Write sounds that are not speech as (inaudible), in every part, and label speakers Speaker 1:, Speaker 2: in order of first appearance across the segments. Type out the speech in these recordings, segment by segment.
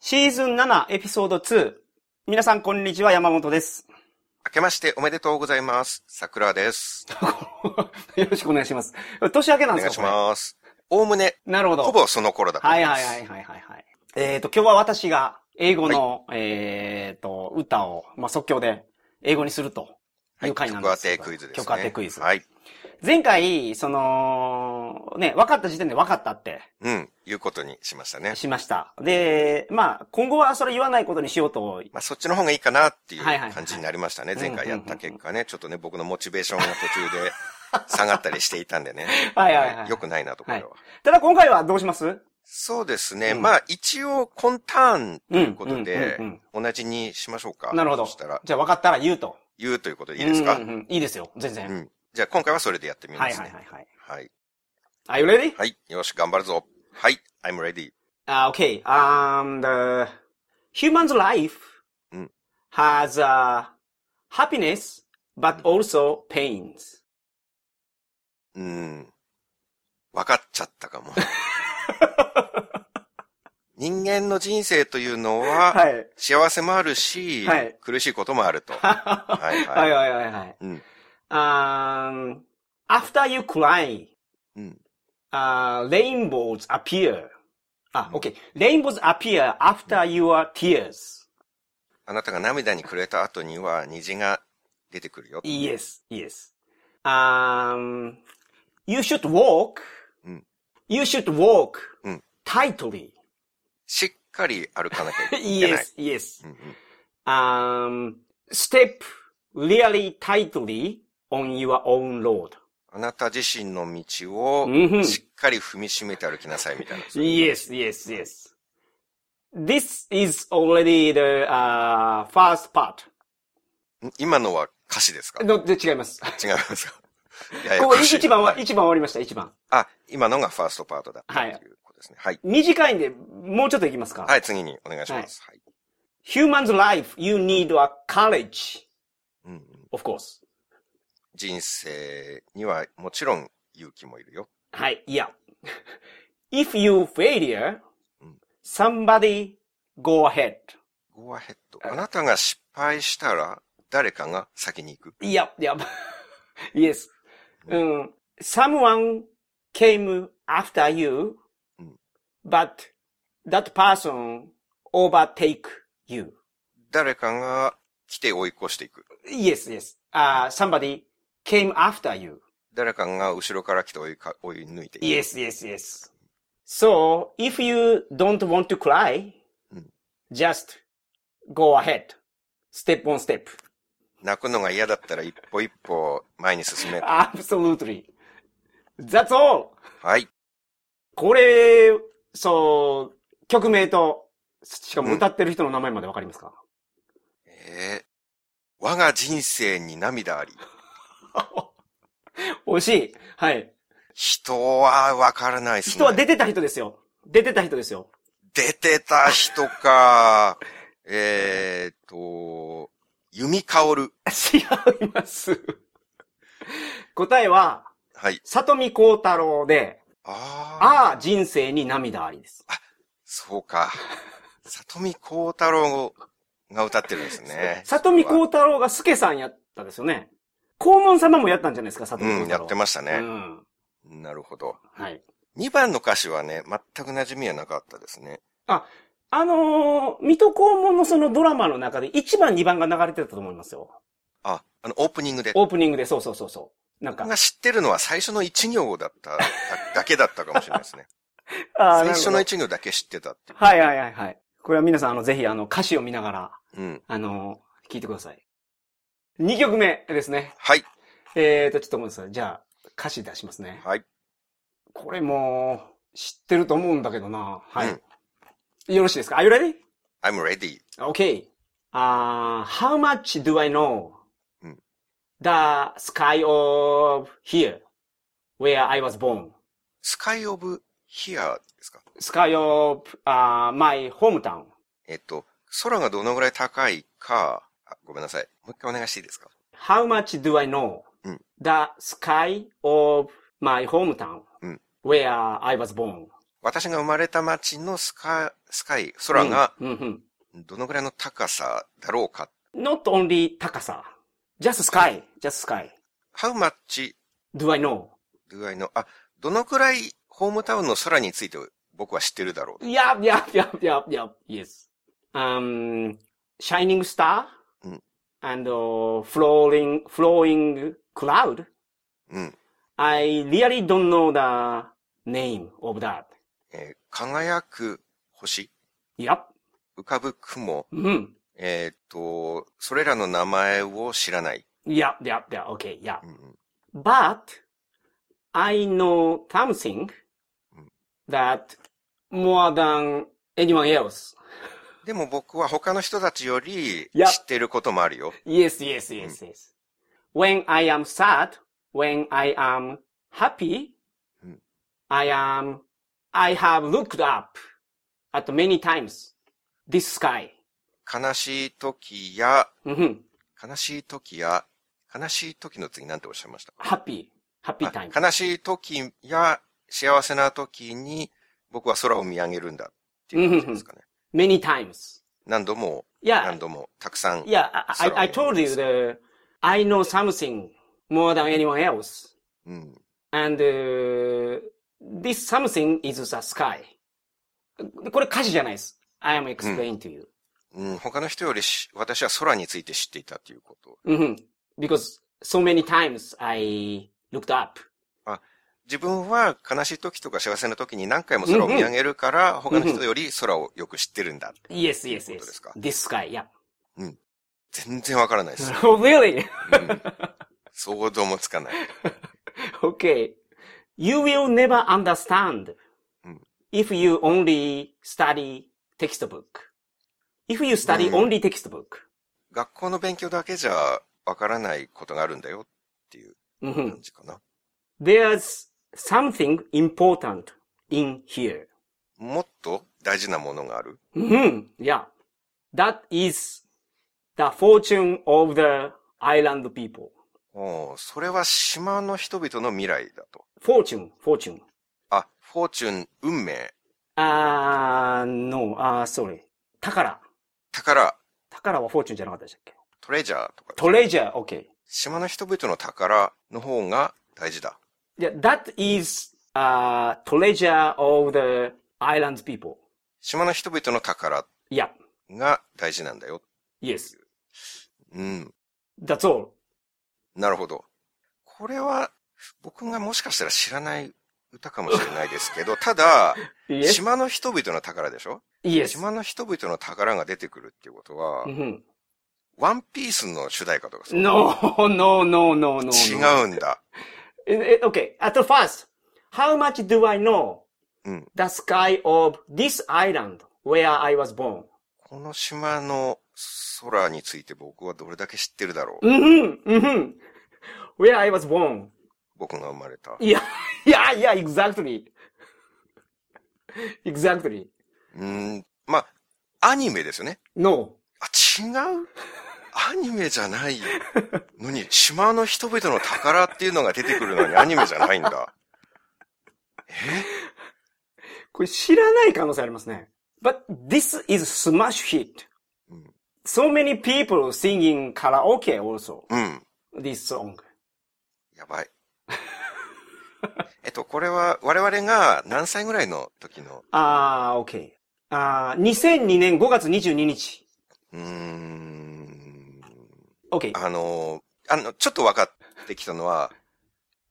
Speaker 1: シーズン7エピソード2。皆さんこんにちは、山本です。
Speaker 2: 明けましておめでとうございます。桜です。
Speaker 1: (laughs) よろしくお願いします。年明けな
Speaker 2: お
Speaker 1: んで
Speaker 2: 願
Speaker 1: す
Speaker 2: いし
Speaker 1: かこ
Speaker 2: ます。おおむね、
Speaker 1: れなるほど。
Speaker 2: ほぼその頃だと思
Speaker 1: はいい
Speaker 2: ま
Speaker 1: は
Speaker 2: す。
Speaker 1: いはいはいはいはい。えっ、と、今日は私が英語の、えっ、と、歌を、まあ、即興で英語にするという回なん
Speaker 2: 曲
Speaker 1: で
Speaker 2: 当
Speaker 1: すけ
Speaker 2: て
Speaker 1: ど。
Speaker 2: クイズですね。
Speaker 1: 曲当てクイズ。
Speaker 2: はい。
Speaker 1: 前回、その、ね、分かった時点で分かったって
Speaker 2: うん。いうことにしましたね。
Speaker 1: しました。で、まあ、今後はそれ言わないことにしようと、
Speaker 2: まあ、そっちの方がいいかなっていう
Speaker 1: はいはいはい
Speaker 2: 感じになりましたね。前回やった結果ね、ちょっとね、僕のモチベーションが途中で
Speaker 1: (laughs)
Speaker 2: 下がったりしていたんでね。
Speaker 1: はいはいはい
Speaker 2: よくないなと、これは。
Speaker 1: ただ今回はどうします
Speaker 2: そうですね。
Speaker 1: うん
Speaker 2: まあ、一応、コンターンということで
Speaker 1: うんうん、
Speaker 2: 同じにしましょうか。
Speaker 1: なるほど
Speaker 2: そしたら。、
Speaker 1: じゃあ分かったら言うと。
Speaker 2: 言うということでいいですか
Speaker 1: うんうんうんいいですよ、全然。
Speaker 2: うん。じゃあ、今回はそれでやってみ
Speaker 1: は
Speaker 2: ま
Speaker 1: い
Speaker 2: す
Speaker 1: はい
Speaker 2: ね
Speaker 1: は。いはい。
Speaker 2: はい。
Speaker 1: Are you ready?
Speaker 2: はい。よし、頑張るぞ。はい。I'm ready.
Speaker 1: Uh, okay. Um, the human's life
Speaker 2: Mm.
Speaker 1: has uh, happiness, but also pains.
Speaker 2: うん。分かっちゃった
Speaker 1: (laughs)
Speaker 2: かも。人間の人生というのは、
Speaker 1: はい。
Speaker 2: 幸せもあるし、
Speaker 1: はい
Speaker 2: 苦しいこともある
Speaker 1: (laughs)
Speaker 2: と。はい
Speaker 1: は
Speaker 2: はいい。
Speaker 1: はいはいはい。
Speaker 2: うん
Speaker 1: Um, after you cry,
Speaker 2: うん。
Speaker 1: uh, rainbows appear. Ah,
Speaker 2: Mm.
Speaker 1: okay. Rainbows appear after your tears.
Speaker 2: あなたが涙にくれた後には虹が出てくるよ。
Speaker 1: Yes, yes. Um, you should walk.
Speaker 2: Mm.
Speaker 1: You should walk
Speaker 2: Mm.
Speaker 1: tightly.
Speaker 2: しっかり歩かなきゃ
Speaker 1: (laughs)
Speaker 2: いけない。
Speaker 1: yes, yes.
Speaker 2: うんう
Speaker 1: Um,
Speaker 2: ん、
Speaker 1: step really tightly on your own road.
Speaker 2: あなた自身の道を
Speaker 1: うんうん
Speaker 2: しっかり踏みしめて歩きなさいみたい
Speaker 1: (laughs)
Speaker 2: な。
Speaker 1: Yes, yes, yes. This is already the uh, first part.
Speaker 2: ん今のは歌詞ですか違い
Speaker 1: ので違います。
Speaker 2: ます
Speaker 1: (laughs)
Speaker 2: かやや
Speaker 1: ここ
Speaker 2: こしい
Speaker 1: 一番
Speaker 2: い
Speaker 1: は、一番終わりました、一番。
Speaker 2: あ、今のがファーストパートだった
Speaker 1: は
Speaker 2: と
Speaker 1: い
Speaker 2: いうことですね。はい。
Speaker 1: 短いんで、もうちょっといきますか。
Speaker 2: はい、次にお願いします。はい。
Speaker 1: Human's life, you need a courage,
Speaker 2: うんうん、
Speaker 1: of course.
Speaker 2: 人生にはもちろん勇気もいるよ。
Speaker 1: はい、いや。If you failure, Mm.
Speaker 2: うん
Speaker 1: somebody go ahead.
Speaker 2: Go ahead. あなたが失敗したら誰かが先に行く。
Speaker 1: いや、いや。yes. うん。Someone came after you,
Speaker 2: うん
Speaker 1: Mm. but that person overtake you.
Speaker 2: 誰かが来て追い越していく。
Speaker 1: Yes, yes. Uh, somebody came after you.
Speaker 2: 誰かが後ろから来て追いか追い抜いていく。
Speaker 1: Yes, yes, yes. So, if you don't want to cry,
Speaker 2: うん
Speaker 1: just go ahead. Step on step.
Speaker 2: 泣くのが嫌だったら一歩一歩前に進め。
Speaker 1: Absolutely. That's all!
Speaker 2: はい。
Speaker 1: これ、そう、曲名と、しかも歌ってる人の名前までわかりますか、
Speaker 2: えー、我が人生に涙あり。
Speaker 1: 惜しい。はい。
Speaker 2: 人はわからないですね。
Speaker 1: 人は出てた人ですよ。出てた人ですよ。
Speaker 2: 出てた人か。 (laughs) えーっと、弓薫。
Speaker 1: 違います。答えは、
Speaker 2: はい。
Speaker 1: 里見光太郎で、
Speaker 2: ああ。
Speaker 1: ああ、人生に涙ありです。。
Speaker 2: そうか。里見光太郎が歌ってるんですね
Speaker 1: 里見光太郎が助さんやったですよね。黄門様もやったんじゃないですか、里見
Speaker 2: う
Speaker 1: 光
Speaker 2: ん、
Speaker 1: 太
Speaker 2: や
Speaker 1: 郎。
Speaker 2: ってましたね。
Speaker 1: うん。
Speaker 2: なるほど。
Speaker 1: はい。
Speaker 2: 2番の歌詞はね、全く馴染みはなかったですね。
Speaker 1: あのー、水戸黄門のそのドラマの中で1番2番が流れてたと思いますよ。
Speaker 2: あ、あの、オープニングで。
Speaker 1: オープニングで、そうそうそうそう。なん
Speaker 2: 僕
Speaker 1: か。
Speaker 2: が知ってるのは最初の1行だ
Speaker 1: (laughs)
Speaker 2: った、だだけだったかもしれないですね。
Speaker 1: あ
Speaker 2: 最初の1行だけ知ってたってい
Speaker 1: はいはいはいはい。これは皆さん、あの、ぜひ、あの、歌詞を見ながら、
Speaker 2: う。うん。
Speaker 1: あのー、聞いてください。2曲目ですね。
Speaker 2: はい。
Speaker 1: えーと、ちょっとごめんなさい。じゃあ、歌詞出しますね。
Speaker 2: はい。
Speaker 1: これもう、知ってると思うんだけどな。はい。
Speaker 2: うん
Speaker 1: よろしいですか ?Are you ready?
Speaker 2: I'm ready.
Speaker 1: Okay. Uh, how much do I know?
Speaker 2: うん
Speaker 1: The sky of here, where I was born.
Speaker 2: Sky of Here ですか
Speaker 1: Sky of uh, my hometown.
Speaker 2: えっと、空がどのぐらい高いか、あごめんなさい。もう一回お願いしていいですか
Speaker 1: How much do I know?
Speaker 2: うん
Speaker 1: The sky of my hometown,
Speaker 2: うん
Speaker 1: where I was born.
Speaker 2: 私が生まれた街のスカ、スカイ、空が、
Speaker 1: うん、うん、
Speaker 2: どのぐらいの高さだろうか。
Speaker 1: うん。not only 高さ。just sky, just sky.
Speaker 2: How much
Speaker 1: Do I know?
Speaker 2: do I know? あ、どのくらいホームタウンの空について僕は知ってるだろう。
Speaker 1: Yeah, yeah, yeah, yeah, yeah. Yes. Um, shining star
Speaker 2: うん
Speaker 1: and uh, flowing, flowing cloud.
Speaker 2: うん。
Speaker 1: I really don't know the name of that.
Speaker 2: えー輝く星、
Speaker 1: Yep.
Speaker 2: 浮かぶ雲、
Speaker 1: Mm.
Speaker 2: えーっと、それらの名前を知らない。
Speaker 1: Yep, yep, yep. Okay, yeah.
Speaker 2: うんうん、
Speaker 1: But I know something
Speaker 2: Mm.
Speaker 1: that more than anyone else.
Speaker 2: でも僕は他の人たちより
Speaker 1: いや
Speaker 2: 知ってることもあるよ。
Speaker 1: Yes, yes, yes, yes. When I am sad, when I am happy,
Speaker 2: Mm.
Speaker 1: I am, I have looked up at many times this sky.
Speaker 2: 悲しい時や、
Speaker 1: Mhm.
Speaker 2: 悲しい時や、悲しい時の次なんておっしゃいました
Speaker 1: Happy, happy time.
Speaker 2: あ悲しい時や幸せな時に僕は空を見上げるんだっていう感じですかね。
Speaker 1: Many times.
Speaker 2: 何度も、
Speaker 1: Yeah,
Speaker 2: 何度も、たくさん。
Speaker 1: yeah. I, I, I told you the, I know something more than anyone else.
Speaker 2: うん。
Speaker 1: And uh, this something is the sky. これ歌詞じゃないです。I am explaining to you.
Speaker 2: うん、他の人よりし私は空について知っていたということ。
Speaker 1: hmm Because so many times I looked up.
Speaker 2: 自分は悲しい時とか幸せな時に何回も空を見上げるから、他の人より空をよく知ってるんだ。
Speaker 1: Yes, yes,
Speaker 2: ということ
Speaker 1: yes.
Speaker 2: ですか
Speaker 1: This guy, yeah. (laughs)
Speaker 2: 全然わからないです。
Speaker 1: Oh, really? (laughs)
Speaker 2: うん、想像もつかない。
Speaker 1: okay. You will never understand
Speaker 2: うん。
Speaker 1: if you only study textbook. If you study
Speaker 2: うん
Speaker 1: only textbook.
Speaker 2: 学校の勉強だけじゃわからないことがあるんだよっていう
Speaker 1: Mhm.
Speaker 2: 感じかな。
Speaker 1: There's something important in here.
Speaker 2: もっと大事なものがある。
Speaker 1: Mhm. Yeah. That is the fortune of the island people.
Speaker 2: おーそれは島の人々の未来だと。
Speaker 1: Fortune, fortune.
Speaker 2: あ、フォーチュン、運命、
Speaker 1: あー、no, あー、sorry. 宝。
Speaker 2: 宝、
Speaker 1: 宝はフォーチュンじゃなかったでしたっけ
Speaker 2: トレジャーとか。
Speaker 1: トレジャー、okay.
Speaker 2: 島の人々の宝の方が大事だ。
Speaker 1: Yeah, that is, uh, treasure of the island people.
Speaker 2: 島の人々の宝
Speaker 1: Yeah,
Speaker 2: が大事なんだよ。
Speaker 1: yes.
Speaker 2: うん。
Speaker 1: That's all.
Speaker 2: なるほど。これは、僕がもしかしたら知らない歌かもしれないですけど、た (laughs) だ、
Speaker 1: Yes?
Speaker 2: 島の人々の宝でしょ
Speaker 1: Yes.
Speaker 2: 島の人々の宝が出てくるっていうことは、
Speaker 1: Mhm. (laughs)
Speaker 2: ワンピースの主題歌とかそう
Speaker 1: No, no, no, no, no.
Speaker 2: 違
Speaker 1: no.
Speaker 2: うんだ。
Speaker 1: Eh, eh, Okay, at first, how much do I know
Speaker 2: うん。
Speaker 1: the sky of this island where I was born?
Speaker 2: この島の空について僕はどれだけ知ってるだろう。
Speaker 1: Mm-hmm, mm-hmm. Where I was born.
Speaker 2: 僕が生まれた。
Speaker 1: Yeah, yeah, yeah, exactly. Exactly.
Speaker 2: うん。まあ、アニメですよね。
Speaker 1: No.
Speaker 2: あ、違うアニメじゃないよ。のに、島の人々の宝っていうのが出てくるのにアニメじゃないんだ。
Speaker 1: これ知らない可能性ありますね。But this is smash hit.
Speaker 2: うん
Speaker 1: So many people singing karaoke also
Speaker 2: うん。
Speaker 1: this song. (laughs)
Speaker 2: やばい。えっと、これは我々が何歳ぐらいの時の、
Speaker 1: あー、OK。あー、2002年5月22日。
Speaker 2: うーん、
Speaker 1: OK。
Speaker 2: あの、あの、ちょっと分かってきたのは、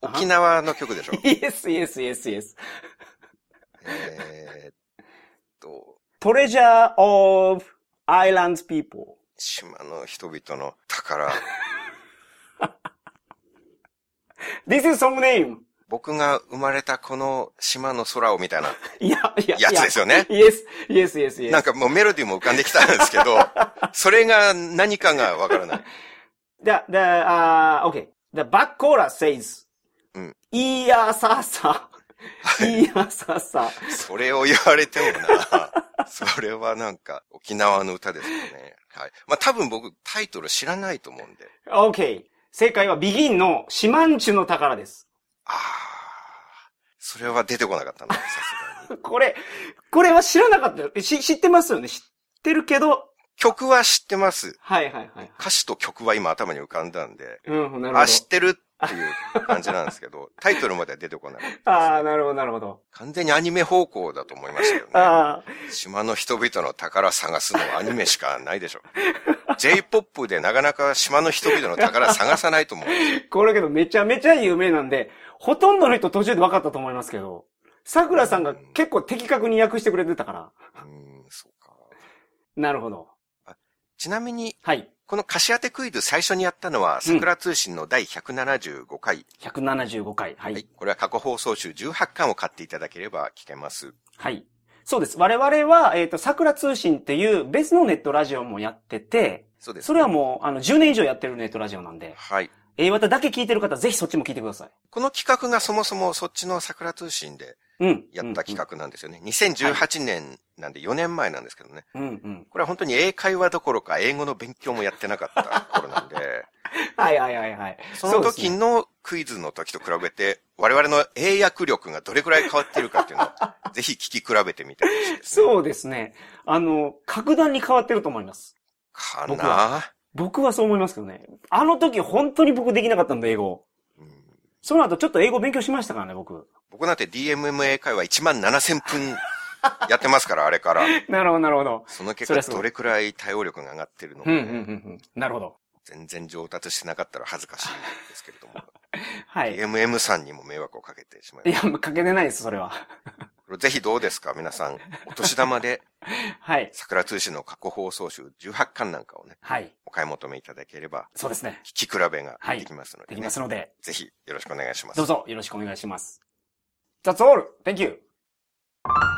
Speaker 1: あは。
Speaker 2: 沖縄の曲でしょ
Speaker 1: Yes, (laughs) yes, yes, yes.
Speaker 2: えーっと、
Speaker 1: Treasure of Island People.
Speaker 2: 島の人々の宝。
Speaker 1: This is song name. (laughs)
Speaker 2: 僕が生まれたこの島の空をみたいな。
Speaker 1: いや、いや、
Speaker 2: やつですよね
Speaker 1: Yes, yes, yes, yes.
Speaker 2: (laughs) なんかもうメロディーも浮かんできたん
Speaker 1: (laughs)
Speaker 2: ですけど、それが何かがわからない。
Speaker 1: The, the, uh, okay. The back chorus says,
Speaker 2: うん
Speaker 1: いやささ、いやささ。
Speaker 2: それを言われてもな。それはなんか沖縄の歌ですよね。はい。まあ多分僕タイトル知らないと思うんで。
Speaker 1: okay. 正解は Begin のシマンチュの宝です。 (laughs)
Speaker 2: ああ。それは出てこなかったな、さすが
Speaker 1: これ、これは知らなかったよ。えし、知ってますよね知ってるけど。
Speaker 2: 曲は知ってます。
Speaker 1: はいはいはい。
Speaker 2: 歌詞と曲は今頭に浮かんだんで、
Speaker 1: うん、なるほど。
Speaker 2: あ、知ってるっていう感じなんですけ
Speaker 1: (laughs)
Speaker 2: ど、タイトルまでは出てこない。
Speaker 1: ああ、なるほど、なるほど。
Speaker 2: 完全にアニメ方向だと思いましたけどね。
Speaker 1: あ
Speaker 2: 島の人々の宝探すのはアニメしかないでしょ。J-POP でなかなか島の人々の宝探さないと思うんですよ
Speaker 1: (laughs) あ、これけどめちゃめちゃ有名なんで、ほとんどの人途中で分かったと思いますけど、桜さんが結構的確に訳してくれてたから。
Speaker 2: うん、そうか。
Speaker 1: なるほど。
Speaker 2: ちなみに、
Speaker 1: はい。
Speaker 2: この貸し当てクイズ最初にやったのは、桜通信の第175回。
Speaker 1: 175回。は
Speaker 2: はい
Speaker 1: い。。
Speaker 2: これは過去放送集18巻を買っていただければ聞けます。
Speaker 1: はい。そうです。我々は、えっ、と、桜通信っていう別のネットラジオもやってて、
Speaker 2: そうです、
Speaker 1: それはもう、あの、10年以上やってるネットラジオなんで、
Speaker 2: はい。
Speaker 1: えー、まただけ聞いてる方、ぜひそっちも聞いてください。
Speaker 2: この企画がそもそもそっちの桜通信で
Speaker 1: うん。
Speaker 2: やった企画なんですよね。2018年なんで4年前なんですけどね。
Speaker 1: うんうん。うんうん。
Speaker 2: これは本当に英会話どころか英語の勉強もやってなかった頃
Speaker 1: (laughs)
Speaker 2: なんで、
Speaker 1: はいはいはいはい。
Speaker 2: その
Speaker 1: そうです
Speaker 2: 時
Speaker 1: ね
Speaker 2: のクイズの時と比べて、我々の英訳力がどれくらい変わっているかっていうのを、 (laughs) ぜひ聞き比べてみてほしいです、ね。
Speaker 1: そうですね。あの、格段に変わってると思います。
Speaker 2: か
Speaker 1: 僕
Speaker 2: な
Speaker 1: 僕はそう思いますけどね。あの時本当に僕できなかったんで、英語。
Speaker 2: うん
Speaker 1: その後ちょっと英語勉強しましたからね、僕。
Speaker 2: 僕なんて DMMA 会話1万7000分やってますから、あれから。
Speaker 1: なるほど、なるほど。
Speaker 2: その結
Speaker 1: そりゃ
Speaker 2: 果、
Speaker 1: そう
Speaker 2: どれくらい対応力が上がってるのか
Speaker 1: うん、
Speaker 2: ね、
Speaker 1: うん、うん、うん。なるほど。
Speaker 2: 全然上達してなかったら恥ずかしいですけれども、
Speaker 1: (laughs) はい。
Speaker 2: DMM さんにも迷惑をかけてしまい
Speaker 1: い
Speaker 2: ま
Speaker 1: や、もうかけてないです、それは。
Speaker 2: す。ぜひどうですか皆さん、お年玉で
Speaker 1: はい。
Speaker 2: 桜通信の過去放送集18巻なんかをね、
Speaker 1: はい。
Speaker 2: お買い求めいただければ、
Speaker 1: そうですね。
Speaker 2: 聞き比べができますの
Speaker 1: で
Speaker 2: で、ね
Speaker 1: きますので、
Speaker 2: ぜひよろしくお願いします
Speaker 1: どう。ぞよろしくお願いします。That's all! Thank you!